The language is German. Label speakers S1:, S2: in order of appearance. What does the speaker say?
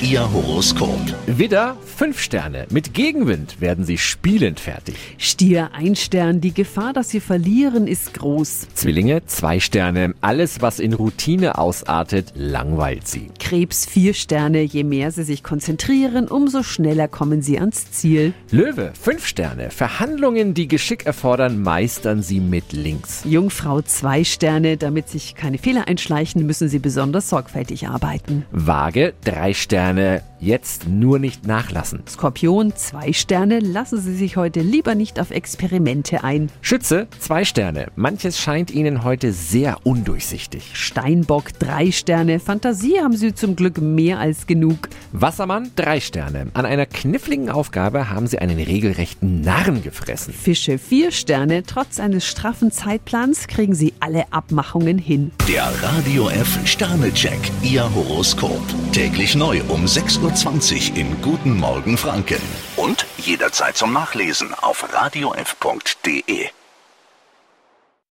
S1: Ihr Horoskop.
S2: Widder, fünf Sterne. Mit Gegenwind werden Sie spielend fertig.
S3: Stier, ein Stern. Die Gefahr, dass Sie verlieren, ist groß.
S2: Zwillinge, zwei Sterne. Alles, was in Routine ausartet, langweilt Sie.
S3: Krebs, vier Sterne. Je mehr Sie sich konzentrieren, umso schneller kommen Sie ans Ziel.
S2: Löwe, fünf Sterne. Verhandlungen, die Geschick erfordern, meistern Sie mit links.
S3: Jungfrau, zwei Sterne. Damit sich keine Fehler einschleichen, müssen Sie besonders sorgfältig arbeiten.
S2: Waage, drei Sterne. Jetzt nur nicht nachlassen.
S3: Skorpion, zwei Sterne. Lassen Sie sich heute lieber nicht auf Experimente ein.
S2: Schütze, zwei Sterne. Manches scheint Ihnen heute sehr undurchsichtig.
S3: Steinbock, drei Sterne. Fantasie haben Sie zum Glück mehr als genug.
S2: Wassermann, drei Sterne. An einer kniffligen Aufgabe haben Sie einen regelrechten Narren gefressen.
S3: Fische, vier Sterne. Trotz eines straffen Zeitplans kriegen Sie alle Abmachungen hin.
S1: Der Radio F Sternecheck. Ihr Horoskop. Täglich neu um 6.20 Uhr im Guten Morgen Franken. Und jederzeit zum Nachlesen auf radiof.de.